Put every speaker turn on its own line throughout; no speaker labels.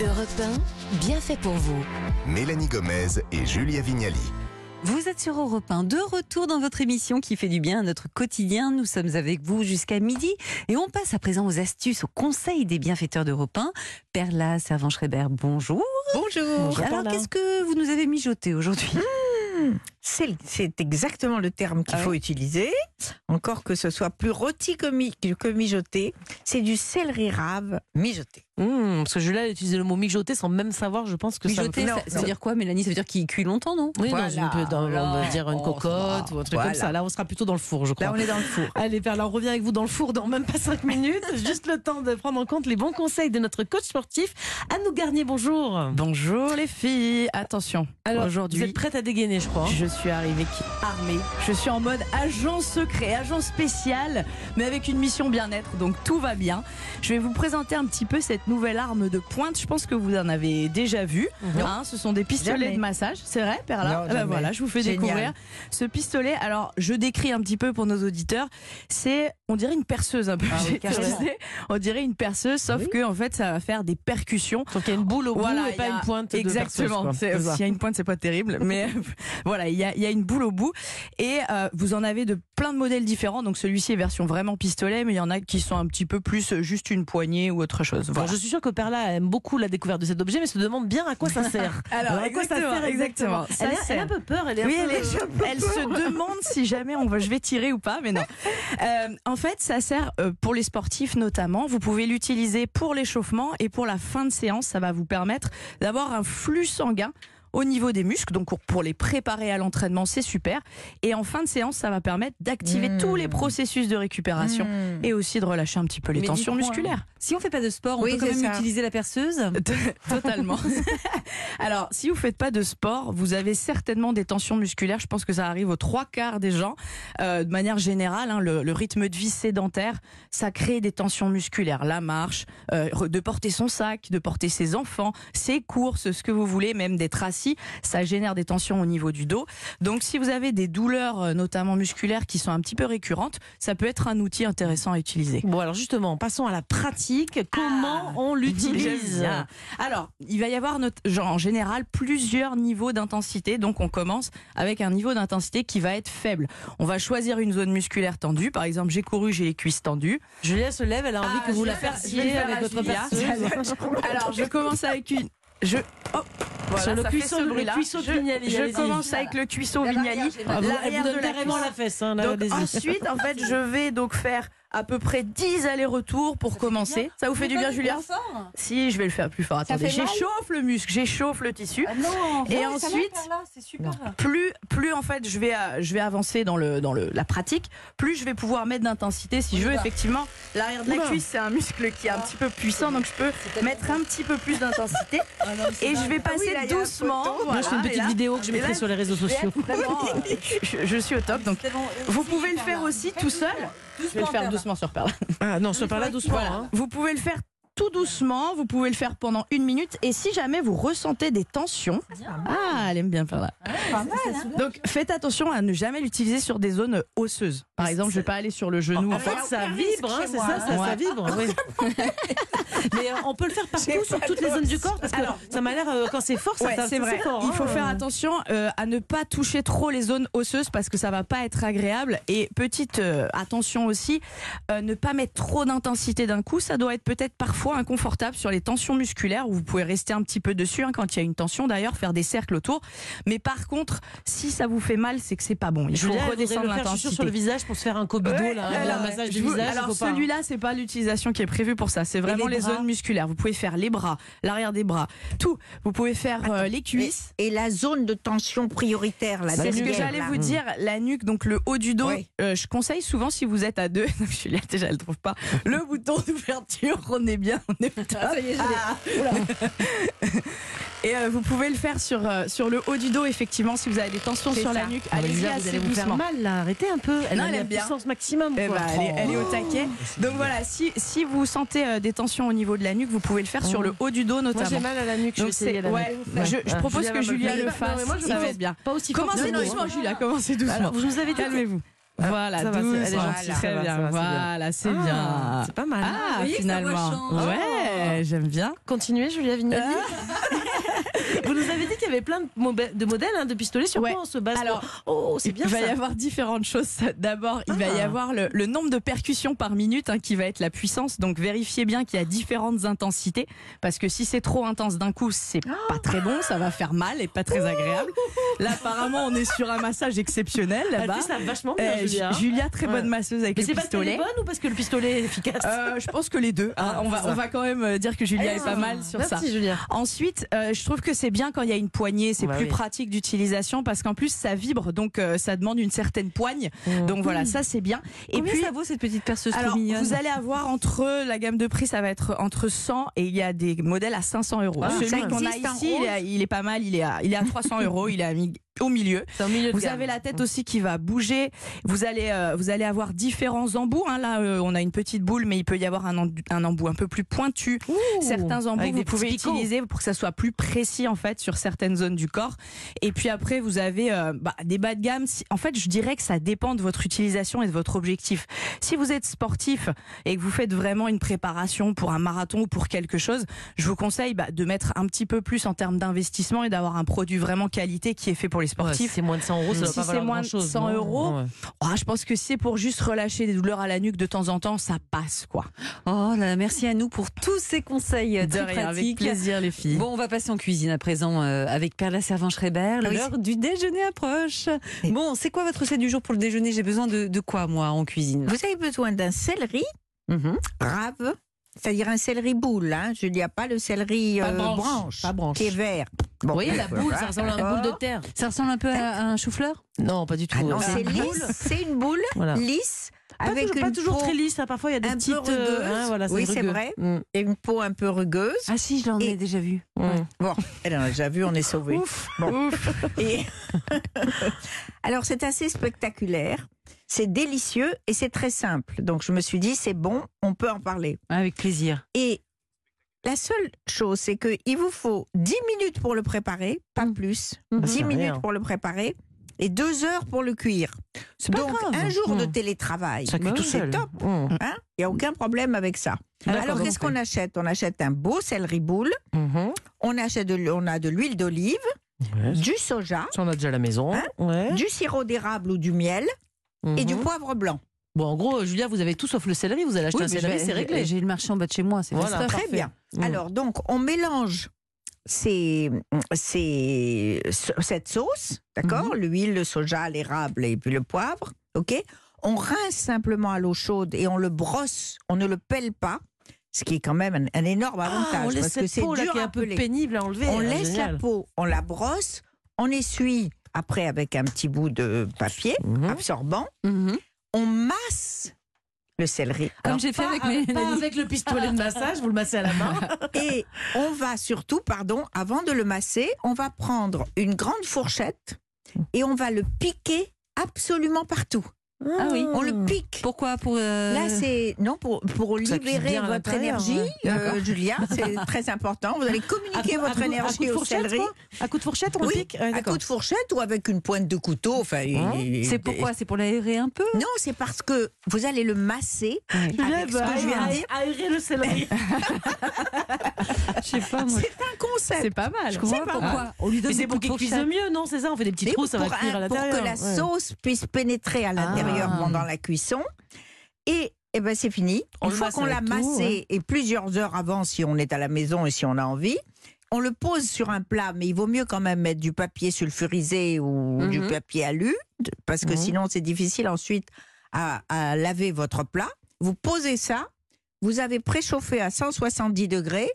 Europe 1, bien fait pour vous.
Mélanie Gomez et Julia Vignali.
Vous êtes sur Europe 1, de retour dans votre émission qui fait du bien à notre quotidien. Nous sommes avec vous jusqu'à midi et on passe à présent aux astuces, aux conseils des bienfaiteurs d'Europe 1. Perla Servan-Schreiber, bonjour.
Bonjour.
Alors, qu'est-ce que vous nous avez mijoté aujourd'hui
C'est le- c'est exactement le terme qu'il
Ah
faut utiliser, encore que ce soit plus rôti que, mi- que mijoté. C'est du céleri rave mijoté.
Hum, parce que Julia a utilisé le mot mijoter sans même savoir, je pense que
Mijoter,
ça
ça,
me-
ça veut dire quoi, Mélanie Ça veut dire qu'il cuit longtemps, non
Oui,
Voilà,
dans une, pe- dans- on va
voilà.
dire une
Oh,
cocotte ou un truc
Voilà.
comme ça. Là, on sera plutôt dans le four, je crois.
Là, on est dans le four.
Allez, Perla, on revient avec vous dans le four dans même pas 5 minutes. Juste le temps de prendre en compte les bons conseils de notre coach sportif, Anne Garnier. Bonjour.
Bonjour les filles, attention.
Alors, vous
Aujourd'hui,
êtes prête à dégainer, je crois. hein
je suis arrivée qui- armée. Je suis en mode agent secret, agent spécial, mais avec une mission bien-être, donc tout va bien. Je vais vous présenter un petit peu cette nouvelle arme de pointe. Je pense que vous en avez déjà vu. hein. ce sont des pistolets
Mhm. Jamais.
de massage, c'est vrai,
Non,
Perla Eh ben
jamais.
Voilà, je vous fais
Génial.
découvrir ce pistolet. Alors, je décris un petit peu pour nos auditeurs. C'est, on dirait une perceuse un peu.
Ah oui,
J'ai
carrément.
utilisé. on dirait une perceuse, sauf que en fait, ça va faire des percussions.
Donc, il y a une boule au bout
Voilà,
et pas
il y a-
une pointe.
Exactement.
De perceuse, quoi.
C'est-
C'est ça.
S'il y a une pointe, c'est pas terrible, mais voilà, il y, a, il y a une boule au bout et euh, vous en avez de plein de modèles différents. Donc celui-ci est version vraiment pistolet, mais il y en a qui sont un petit peu plus euh, juste une poignée ou autre chose.
Bon,
Voilà.
je suis sûre que Perla aime beaucoup la découverte de cet objet, mais se demande bien à quoi ça sert.
Alors,
à quoi ça
exactement,
sert exactement
exactement. Ça
elle, a,
sert.
elle a un peu peur, elle est un
Oui,
peu-
elle, est- elle se demande si jamais on va, je vais tirer ou pas, mais non. Euh, en fait, ça sert euh, pour les sportifs notamment. Vous pouvez l'utiliser pour l'échauffement et pour la fin de séance. Ça va vous permettre d'avoir un flux sanguin au niveau des muscles. Donc, pour- pour les préparer à l'entraînement, c'est super. Et en fin de séance, ça va permettre d'activer
Mmh.
tous les processus de récupération
Hmm.
et aussi de relâcher un petit peu les
Mais
tensions
dites-moi,
musculaires.
Si on fait pas de sport, on
Oui,
peut quand
c'est
même
ça.
utiliser la perceuse.
Totalement. Alors, si vous faites pas de sport, vous avez certainement des tensions musculaires. Je pense que ça arrive aux trois quarts des gens. Euh, de manière générale, hein, le, le rythme de vie sédentaire, ça crée des tensions musculaires. La marche, euh, re- de porter son sac, de porter ses enfants, ses courses, ce que vous voulez, même d'être assis, ça génère des tensions au niveau du dos. Donc, si vous avez des douleurs, euh, notamment musculaires, qui sont un petit peu récurrentes, ça peut être un outil intéressant à utiliser.
Bon, alors justement, passons à la pratique. Comment on
Ah. J'aime
l'utilise
bien. Alors, il va y avoir notre- genre, en général plusieurs niveaux d'intensité. Donc, on commence avec un niveau d'intensité qui va être faible. On va choisir une zone musculaire tendue. Par exemple, j'ai couru, j'ai les cuisses tendues.
Julia se lève, elle a envie
Ah,
que
je
vous
vais
la
faire- je
fassiez
vais faire
avec
à
votre
Julia. Ah,
perceuse.
Alors, je commence avec une. Je. Oh Voilà,
Sur le
ça fait
cuisson,
ce
le
bruit-là.
cuisson de
Je-
Vignali,
Je,
allez-y.
commence avec le cuisson Vignali.
Ah, vous- elle vous
l'arrière de
donne
la
carrément
cuisse.
la fesse. Hein, là,
Donc,
allez-y.
ensuite, en fait, je vais donc faire à peu près 10 allers-retours pour commencer. Ça vous fait du bien, Julia Si, je vais le faire plus fort. Attendez,
fait mal
j'échauffe le muscle, j'échauffe le tissu.
non,
Et ensuite,
c'est super.
plus, plus en fait je vais, à- je vais avancer dans, le, dans le, la pratique, plus je vais pouvoir mettre d'intensité si je veux. Effectivement, l'arrière de la
Oula.
cuisse, c'est un muscle qui est un petit peu puissant, donc je peux mettre un petit peu plus d'intensité. Et
Ah
je vais passer
là, il y a un
doucement.
Moi, je fais une
Voilà, et
petite
là,
vidéo que je
et
mettrai
là,
sur les réseaux
je vais
sociaux.
être vraiment, euh, je, je suis au top, donc vous pouvez le faire aussi tout seul. Je vais le faire doucement sur Perla.
Ah non, ce parle-là doucement.
Voilà.
hein.
Vous pouvez le faire tout doucement, vous pouvez le faire pendant une minute et si jamais vous ressentez des tensions, ah elle aime bien faire là. Ah, Donc faites attention à ne jamais l'utiliser sur des zones osseuses. Par exemple, je vais pas aller sur le genou.
En fait, ça vibre, hein, c'est ça, ça, ça
Ouais.
vibre. oui. Mais euh, on peut le faire partout, sur toutes les zones du corps, parce que ça m'a l'air, euh, quand c'est fort, ça
Ouais,
ça-
c'est vrai.
fort,
Il
hein.
faut faire attention euh, à ne pas toucher trop les zones osseuses parce que ça va pas être agréable. Et petite euh, attention aussi, euh, ne pas mettre trop d'intensité d'un coup. Ça doit être peut-être parfois inconfortable sur les tensions musculaires où vous pouvez rester un petit peu dessus hein, quand il y a une tension. D'ailleurs, faire des cercles autour. Mais par contre, si ça vous fait mal, c'est que c'est pas bon. Il faut
Julia, elle voudrait
redescendre
le faire, je suis sûre,
l'intensité.
sur le visage pour se faire un cobido,
Ouais,
là,
alors,
un massage
Je
du
vous-
visage.
alors
faut pas, hein.
celui-là, c'est pas l'utilisation qui est prévue pour ça. C'est vraiment
les
les,
bras
zones musculaires. Vous pouvez faire les bras, l'arrière des bras, tout. Vous pouvez faire euh, les cuisses.
Et la zone de tension prioritaire, là,
C'est
la
ce que
nuque,
j'allais
là.
Mm.
vous dire, la nuque, donc le haut du dos.
Oui.
euh, je conseille souvent si vous êtes à deux, Julia déjà elle le trouve pas, le bouton d'ouverture, on est bien, on est putain.
Ah,
Et euh, vous pouvez le faire sur, euh, sur le haut du dos, effectivement, si vous avez des tensions
C'est
sur la
ça.
nuque,
Ah, mais
allez-y
Julia, vous
assez
allez vous faire
doucement.
mal là, arrêtez un peu. Elle
Non,
a
elle
mis la
aime bien.
puissance maximum.
Eh
quoi.
ben, elle, est, elle est au taquet.
Oh,
Donc voilà, si, si vous sentez euh, des tensions au niveau de la nuque, vous pouvez le faire sur le haut du dos
Oh. Moi j'ai
notamment.
mal à la nuque, je vais
Donc c'est-
essayer la
ouais,
nuque.
je, je
Ouais.
propose
Julia va
que
me le
Julia
faire.
le
Non, mais
fasse.
moi, je
Il
vais-
va être bien.
Pas aussi fort.
Commencez
Non, non,
doucement, Julia. Commencez doucement.
Alors, vous nous avez dit que-
Calmez-vous. Voilà,
ça va,
douce,
c'est- elle est
voilà,
gentille, ça va,
Très
ça
bien,
va, c'est bien.
voilà, c'est
Ah,
bien.
C'est pas mal.
Ah,
voyez, ça
finalement.
voit change.
Ouais, j'aime bien.
Continuez, Julia Vignali. Vous nous avez dit qu'il y avait plein de, mobe- de modèles hein, de pistolets. Sur
Euh. Ouais.
quoi on se base
Alors,
oh, c'est bien
il va y
ça.
avoir différentes choses. D'abord, il va y
Ah.
avoir le, le nombre de percussions par minute hein, qui va être la puissance. Donc, vérifiez bien qu'il y a différentes intensités. Parce que si c'est trop intense d'un coup, c'est
Ah.
pas très bon. Ça va faire mal et pas très agréable. Là, apparemment, on est sur un massage exceptionnel
Elle
là-bas.
fait Ah, ça vachement bien,
Euh, Ju-
Julia.
Julia. très
Ouais.
bonne masseuse avec
Mais
le
c'est parce qu'elle
pistolet.
est bonne ou parce que le pistolet est efficace
Euh, je pense que les deux. hein.
Ah,
on, va,
c'est ça. Eh
on va quand même euh, dire que Julia est pas mal sur ça.
Merci, Julia.
Ensuite, euh, je trouve que c'est bien quand il y a une poignée, c'est
Bah
plus
oui.
pratique d'utilisation parce qu'en plus ça vibre, donc euh, ça demande une certaine poigne.
Mmh.
Donc voilà, ça c'est bien. Et
Combien
puis
ça vaut cette petite perceuse
alors,
trop mignonne
vous allez avoir entre la gamme de prix, ça va être entre 100 et il y a des modèles à 500 euros.
Ah, ça
Celui qu'on a
existe, un
ici, il, est- il est pas mal, il est à, il est à 300 euros, il est à mi- au milieu.
C'est Mmh. au milieu de
Vous
gamme.
avez la tête aussi qui va bouger. Vous allez, euh, vous allez avoir différents embouts. hein. Là, euh, on a une petite boule, mais il peut y avoir un, embu- un embout un peu plus pointu.
Ouh,
Certains embouts,
avec
vous
des petits
pouvez
picots.
utiliser pour que ça soit plus précis en fait sur certaines zones du corps. Et puis après, vous avez euh, bah, des bas de gamme. Si- En fait, je dirais que ça dépend de votre utilisation et de votre objectif. Si vous êtes sportif et que vous faites vraiment une préparation pour un marathon ou pour quelque chose, je vous conseille bah, de mettre un petit peu plus en termes d'investissement et d'avoir un produit vraiment qualité qui est fait pour les
Ouais,
sportifs.
si c'est moins de 100 euros, ça va
Si
pas
c'est
valoir
moins de
grand-chose,
100
non
euros,
Ouais.
Ah, je pense que si c'est pour juste relâcher des douleurs à la nuque de temps en temps, ça passe quoi.
Oh là là, merci à nous pour tous ces conseils euh,
De
très
rien, avec
pratiques.
plaisir les filles.
Bon, on va passer en cuisine à présent euh, avec Perla Servan-Schreiber.
Ah oui,
L'heure du déjeuner approche. Bon, c'est quoi votre recette du jour pour le déjeuner J'ai besoin de, de quoi, moi, en cuisine
Vous avez besoin d'un céleri
Mm-hmm.
Mhm.
rave, c'est-à-dire un céleri boule. Hein. Je n'y a pas le céleri
Pas
euh,
branche, pas branche.
qui est vert.
Vous
Bon,
voyez la
voilà.
boule, ça ressemble à une boule de terre.
Oh. Ça ressemble un peu à, à un chou-fleur
Non, pas du tout.
Ah non,
Euh,
c'est lisse, c'est une boule
Voilà.
lisse
Pas
avec
toujours,
une
pas toujours
peau
très lisse, hein, parfois il y a des
un peu
petites. hein,
rugueuse.
voilà,
Oui,
rugueux.
c'est vrai.
Mm,
et une peau un peu rugueuse.
Ah si, je l'en ai
Et-
déjà vu.
mm.
Bon, elle en a déjà vu, on est sauvé. Bon. Et- Alors c'est assez spectaculaire, c'est délicieux et c'est très simple. Donc je me suis dit c'est bon, on peut en parler.
Ah, Avec plaisir.
Et la seule chose, c'est que il vous faut 10 minutes pour le préparer, pas
Mm.
plus.
Mhm.
10
C'est
minutes
rien.
pour le préparer et 2 heures pour le cuire.
C'est pas
Donc
grave.
un jour de
Mhm.
télétravail,
Ça cuit tout
c'est
seul.
top.
Mm.
Il n'y a aucun problème avec ça.
D'accord,
Alors
donc
qu'est-ce
on
qu'on achète On achète un beau céleri boule.
Mhm.
On achète de, l- on a de l'huile d'olive,
Ouais.
du soja,
Ça, on a déjà à la maison.
Hein
Ouais.
du sirop d'érable ou du miel et
Mhm.
du poivre blanc.
Bon, en gros, Julia, vous avez tout sauf le céleri. Vous allez acheter
Oui,
un
mais
céleri,
j'ai-
c'est réglé.
J'ai le marché en bas de chez moi, c'est
Voilà.
voilà.
Très bien.
Mhm.
Alors donc on mélange ces, ces, ce- cette sauce, d'accord
Mhm.
L'huile, le soja, l'érable et puis le poivre, ok On rince simplement à l'eau chaude et on le brosse, on ne le pèle pas, ce qui est quand même un, un énorme avantage
Ah, on laisse
parce que
cette
c'est
peau là
dur
qui est
à
un peu
peler.
pénible à enlever.
On
Ah,
laisse
génial.
la peau, on la brosse, on essuie après avec un petit bout de papier
Mhm.
absorbant, on masse le céleri
Comme j'ai fait
Pas
avec
avec,
mes...
Ah, pas avec le pistolet de massage, vous le massez à la main.
et on va surtout, pardon, avant de le masser, on va prendre une grande fourchette et on va le piquer absolument partout.
Ah oui.
On le pique.
Pourquoi Pour... euh,
Là, c'est non pour, pour
Mmh. Ça cuit
libérer
bien à
votre
l'intérieur,
énergie,
ouais.
euh, Julia. C'est très important. Vous allez
À coup-
communiquer
à
votre
coup- à coup
énergie
de
au
fourchette,
céleri.
quoi À coup de fourchette, on le
Oui,
pique Ouais,
à
d'accord. Mmh.
coup de fourchette ou avec une pointe de couteau. Enfin, il-
C'est pourquoi C'est pour l'aérer un peu
Non, c'est parce que vous allez le masser avec ce que je viens de dire.
aérer le céleri.
Je sais pas, moi.
C'est un concept.
C'est pas mal.
Je comprends pas pourquoi. On lui donne
Mais
des
c'est pour
coups de
qu'il cuise
fourchette.
mieux, non C'est ça, on fait des petits
Mais
trous, ça va
pour,
cuire à
un- pour
l'intérieur.
que la
ouais. Ah.
sauce puisse pénétrer à l'intérieur pendant la cuisson. Et, eh ben c'est fini.
On
Une
le
fois
masse
qu'on
avec
l'a
tout,
massé, et plusieurs heures avant si on est à la maison et si on a envie, on le pose sur un plat, mais il vaut mieux quand même mettre du papier sulfurisé ou du
Mhm.
papier alu, de- parce que
Mhm.
sinon c'est difficile ensuite à, à laver votre plat. Vous posez ça, vous avez préchauffé à 170 degrés,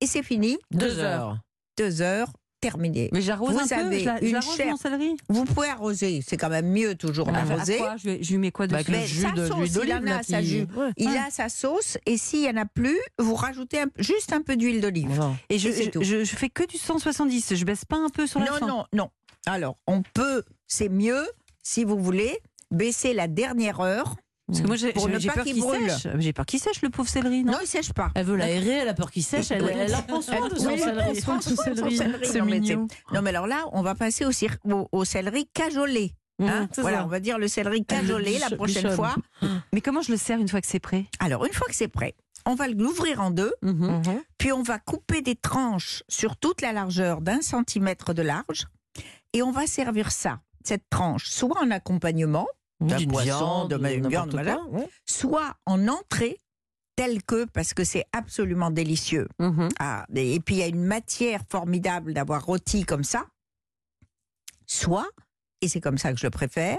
et c'est fini.
Deux heures.
Deux heures, terminé.
Mais j'arrose
Vous
un peu,
avez
je la-
une
je l'arrose
chair
mon céleri.
Vous pouvez arroser, c'est quand même mieux toujours
Ah,
d'arroser.
à quoi je, lui- je lui mets quoi
Bah,
dessus
avec le
Mais
jus
sa
de
sauce,
l'huile
il
d'olive.
en a,
là,
sa
qui- Ah.
jus.
Ouais.
Il
Ah,
a sa sauce et s'il n'y en a plus, vous rajoutez un- juste un peu d'huile d'olive.
Bon.
Et je,
Et c'est
je-
tout.
je- je fais que du 170, je baisse pas un peu sur la
Non,
fin.
non, non. Alors, on peut, c'est mieux, si vous voulez, baisser la dernière heure.
Parce que moi j'ai
Pour ne
j'ai- j'ai
pas
peur
qu'il
qu'il
brûle.
sèche. J'ai peur qu'il sèche le pauvre céleri, non
Non, il ne sèche pas.
Elle veut l'aérer, elle a peur qu'il sèche, elle,
Oui.
elle en prend soin de son
Oui,
céleri.
on prend soin de son céleri.
C'est
Non, mais
mignon.
Non, mais alors là, on va passer au, cir- au- au céleri cajolé. hein.
Mm, c'est
voilà,
ça.
on va dire le céleri
du
cajolé la
ch-
prochaine
du
fois.
Mais comment je le sers une fois que c'est prêt
Alors, une fois que c'est prêt, on va l'ouvrir en deux,
Mhm.
puis on va couper des tranches sur toute la largeur d'un centimètre de large, et on va servir ça, cette tranche, soit en accompagnement, D'un
D'une
poisson,
viande,
de ma- une
n'importe
viande,
quoi, hein. ouais.
soit en entrée, telle que, parce que c'est absolument délicieux.
Mhm.
Ah, et et puis il y a une matière formidable d'avoir rôti comme ça. Soit, et c'est comme ça que je le préfère,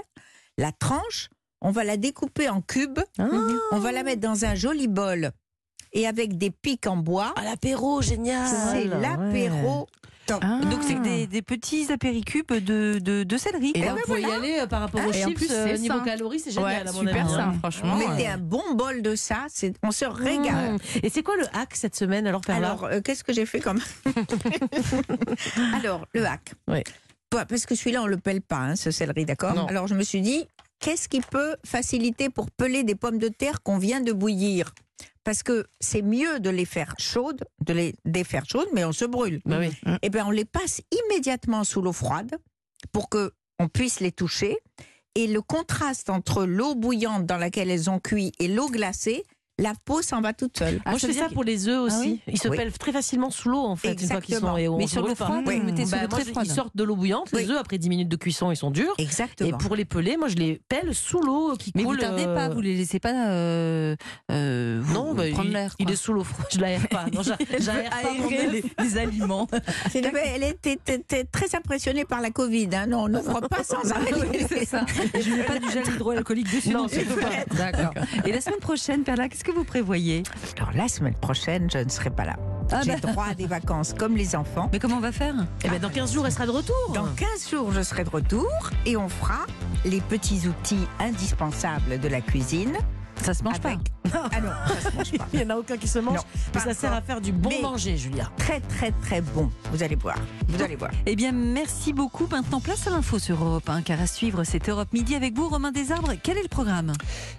la tranche, on va la découper en cubes, on va la mettre dans un joli bol et avec des pics en bois.
À l'apéro, génial.
c'est
Ah, ouais. Ah.
l'apéro. top.
Donc c'est des, des petits apéricubes de, de, de céleri.
Et
quoi.
là, vous pouvez y aller euh, par rapport aux
Et en
chips,
plus,
euh,
c'est
niveau
sain.
calories, c'est
Ouais,
génial. à mon
super
avis,
ça,
hein.
franchement.
Mettez
ouais.
un bon bol de ça, c'est- on
Ah.
se régale.
Mmh. Et c'est quoi le hack cette semaine alors, Perla
Alors, euh, qu'est-ce que j'ai fait comme. Alors, le hack.
Ouais.
Bah, Parce que celui-là, on ne le pèle pas, hein, ce céleri, d'accord Alors, je me suis dit, qu'est-ce qui peut faciliter pour peler des pommes de terre qu'on vient de bouillir Parce que c'est mieux de les faire chaudes, de les défaire chaudes, mais on se brûle.
Bah oui.
Eh bien, on les passe immédiatement sous l'eau froide pour que on puisse les toucher. Et le contraste entre l'eau bouillante dans laquelle elles ont cuit et l'eau glacée, la peau s'en va toute seule.
Moi, je fais Ah, ça pour les œufs aussi. Ils se
Oui.
pèlent très facilement sous l'eau, en fait, une
Exactement.
fois qu'ils sont. hein.
Mais sur l'eau
le
froide, vous
Bah,
mettez sous l'eau très froide.
Ils sortent de l'eau bouillante, les
Oui.
œufs, après 10 minutes de cuisson, ils sont durs.
Exactement.
Et pour les peler, moi, je les pèle sous l'eau qui
Mais vous
coule.
tardez
euh,
pas, vous les laissez pas euh, euh, vous-
Non, bah,
prendre
il,
l'air.
il
quoi.
est sous l'eau froide. Je l'aère pas. Non, j'a- j'aère pas mon
Aérer
œuf.
les, les aliments.
Ah,
Eh ben, elle était, était très impressionnée par la Covid. hein. Non, on n'ouvre pas sans arrêt.
Ah Oui, c'est ça. Et je mets pas du gel hydroalcoolique dessus.
Non,
non plus.
surtout pas.
D'accord. Et la semaine prochaine, Perla, qu'est-ce que vous prévoyez
Alors la semaine prochaine, je ne serai pas là.
Ah
J'ai
bah.
droit à des vacances comme les enfants.
Mais comment on va faire
Eh ben, dans 15 jours, elle sera de retour.
Oh.
Dans 15 jours, je serai de retour et on fera les petits outils indispensables de la cuisine.
Ça se mange
avec- Ah non, ça se mange pas.
Il n'y en a aucun qui se mange.
Non,
mais
pas
ça sert à
encore.
faire du bon
Mais-
manger, Julia.
Très très très bon. Vous allez voir. Vous allez voir.
pas. Eh bien, merci beaucoup. Maintenant, place à l'info sur Europe 1, car à suivre, c'est Europe Midi avec vous, Romain Desarbres. Quel est le programme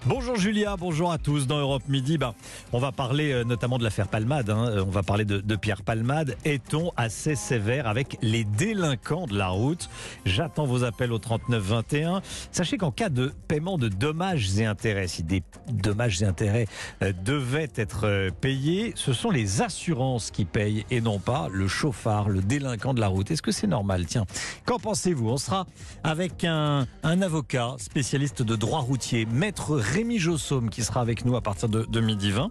Bonjour Julia, bonjour à tous dans Europe Midi. Ben, on va parler euh, notamment de l'affaire Palmade. hein. Euh, On va parler de, de Pierre Palmade. Est-on assez sévère avec les délinquants de la route J'attends vos appels au 3921. Sachez qu'en cas de paiement de dommages et intérêts, si des dommages et intérêts euh, devaient être euh, payés, ce sont les assurances qui payent et non pas le chauffard, le délinquant de la route. Est-ce que c'est normal Tiens, qu'en pensez-vous On sera avec un, un avocat spécialiste de droit routier, maître Rémi Jossaume, qui sera avec nous à partir de, de midi 20.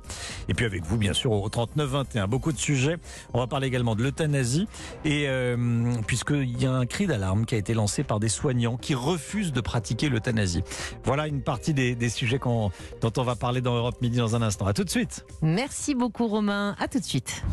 Et puis avec vous, bien sûr, au 39-21. Beaucoup de sujets. On va parler également de l'euthanasie. Et euh, puisqu'il y a un cri d'alarme qui a été lancé par des soignants qui refusent de pratiquer l'euthanasie. Voilà une partie des, des sujets qu'on- dont on va parler dans Europe Midi dans un instant. À tout de suite.
Merci beaucoup, Romain. À tout de suite.